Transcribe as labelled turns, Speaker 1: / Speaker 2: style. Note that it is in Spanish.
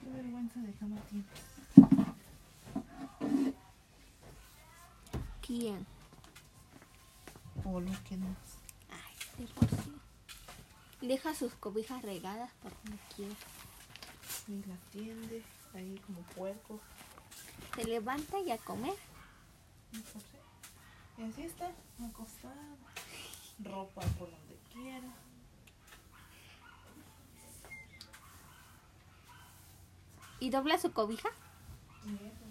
Speaker 1: vergüenza de cama tienes?
Speaker 2: ¿Quién?
Speaker 1: O lo que más.
Speaker 2: Ay, de por sí. Deja sus cobijas regadas por donde quiera.
Speaker 1: Y la tiende ahí como puerco.
Speaker 2: Se levanta y a comer.
Speaker 1: no sé. Y así está, acostada. Ropa por donde quiera.
Speaker 2: ¿Y dobla su cobija?
Speaker 1: Y él,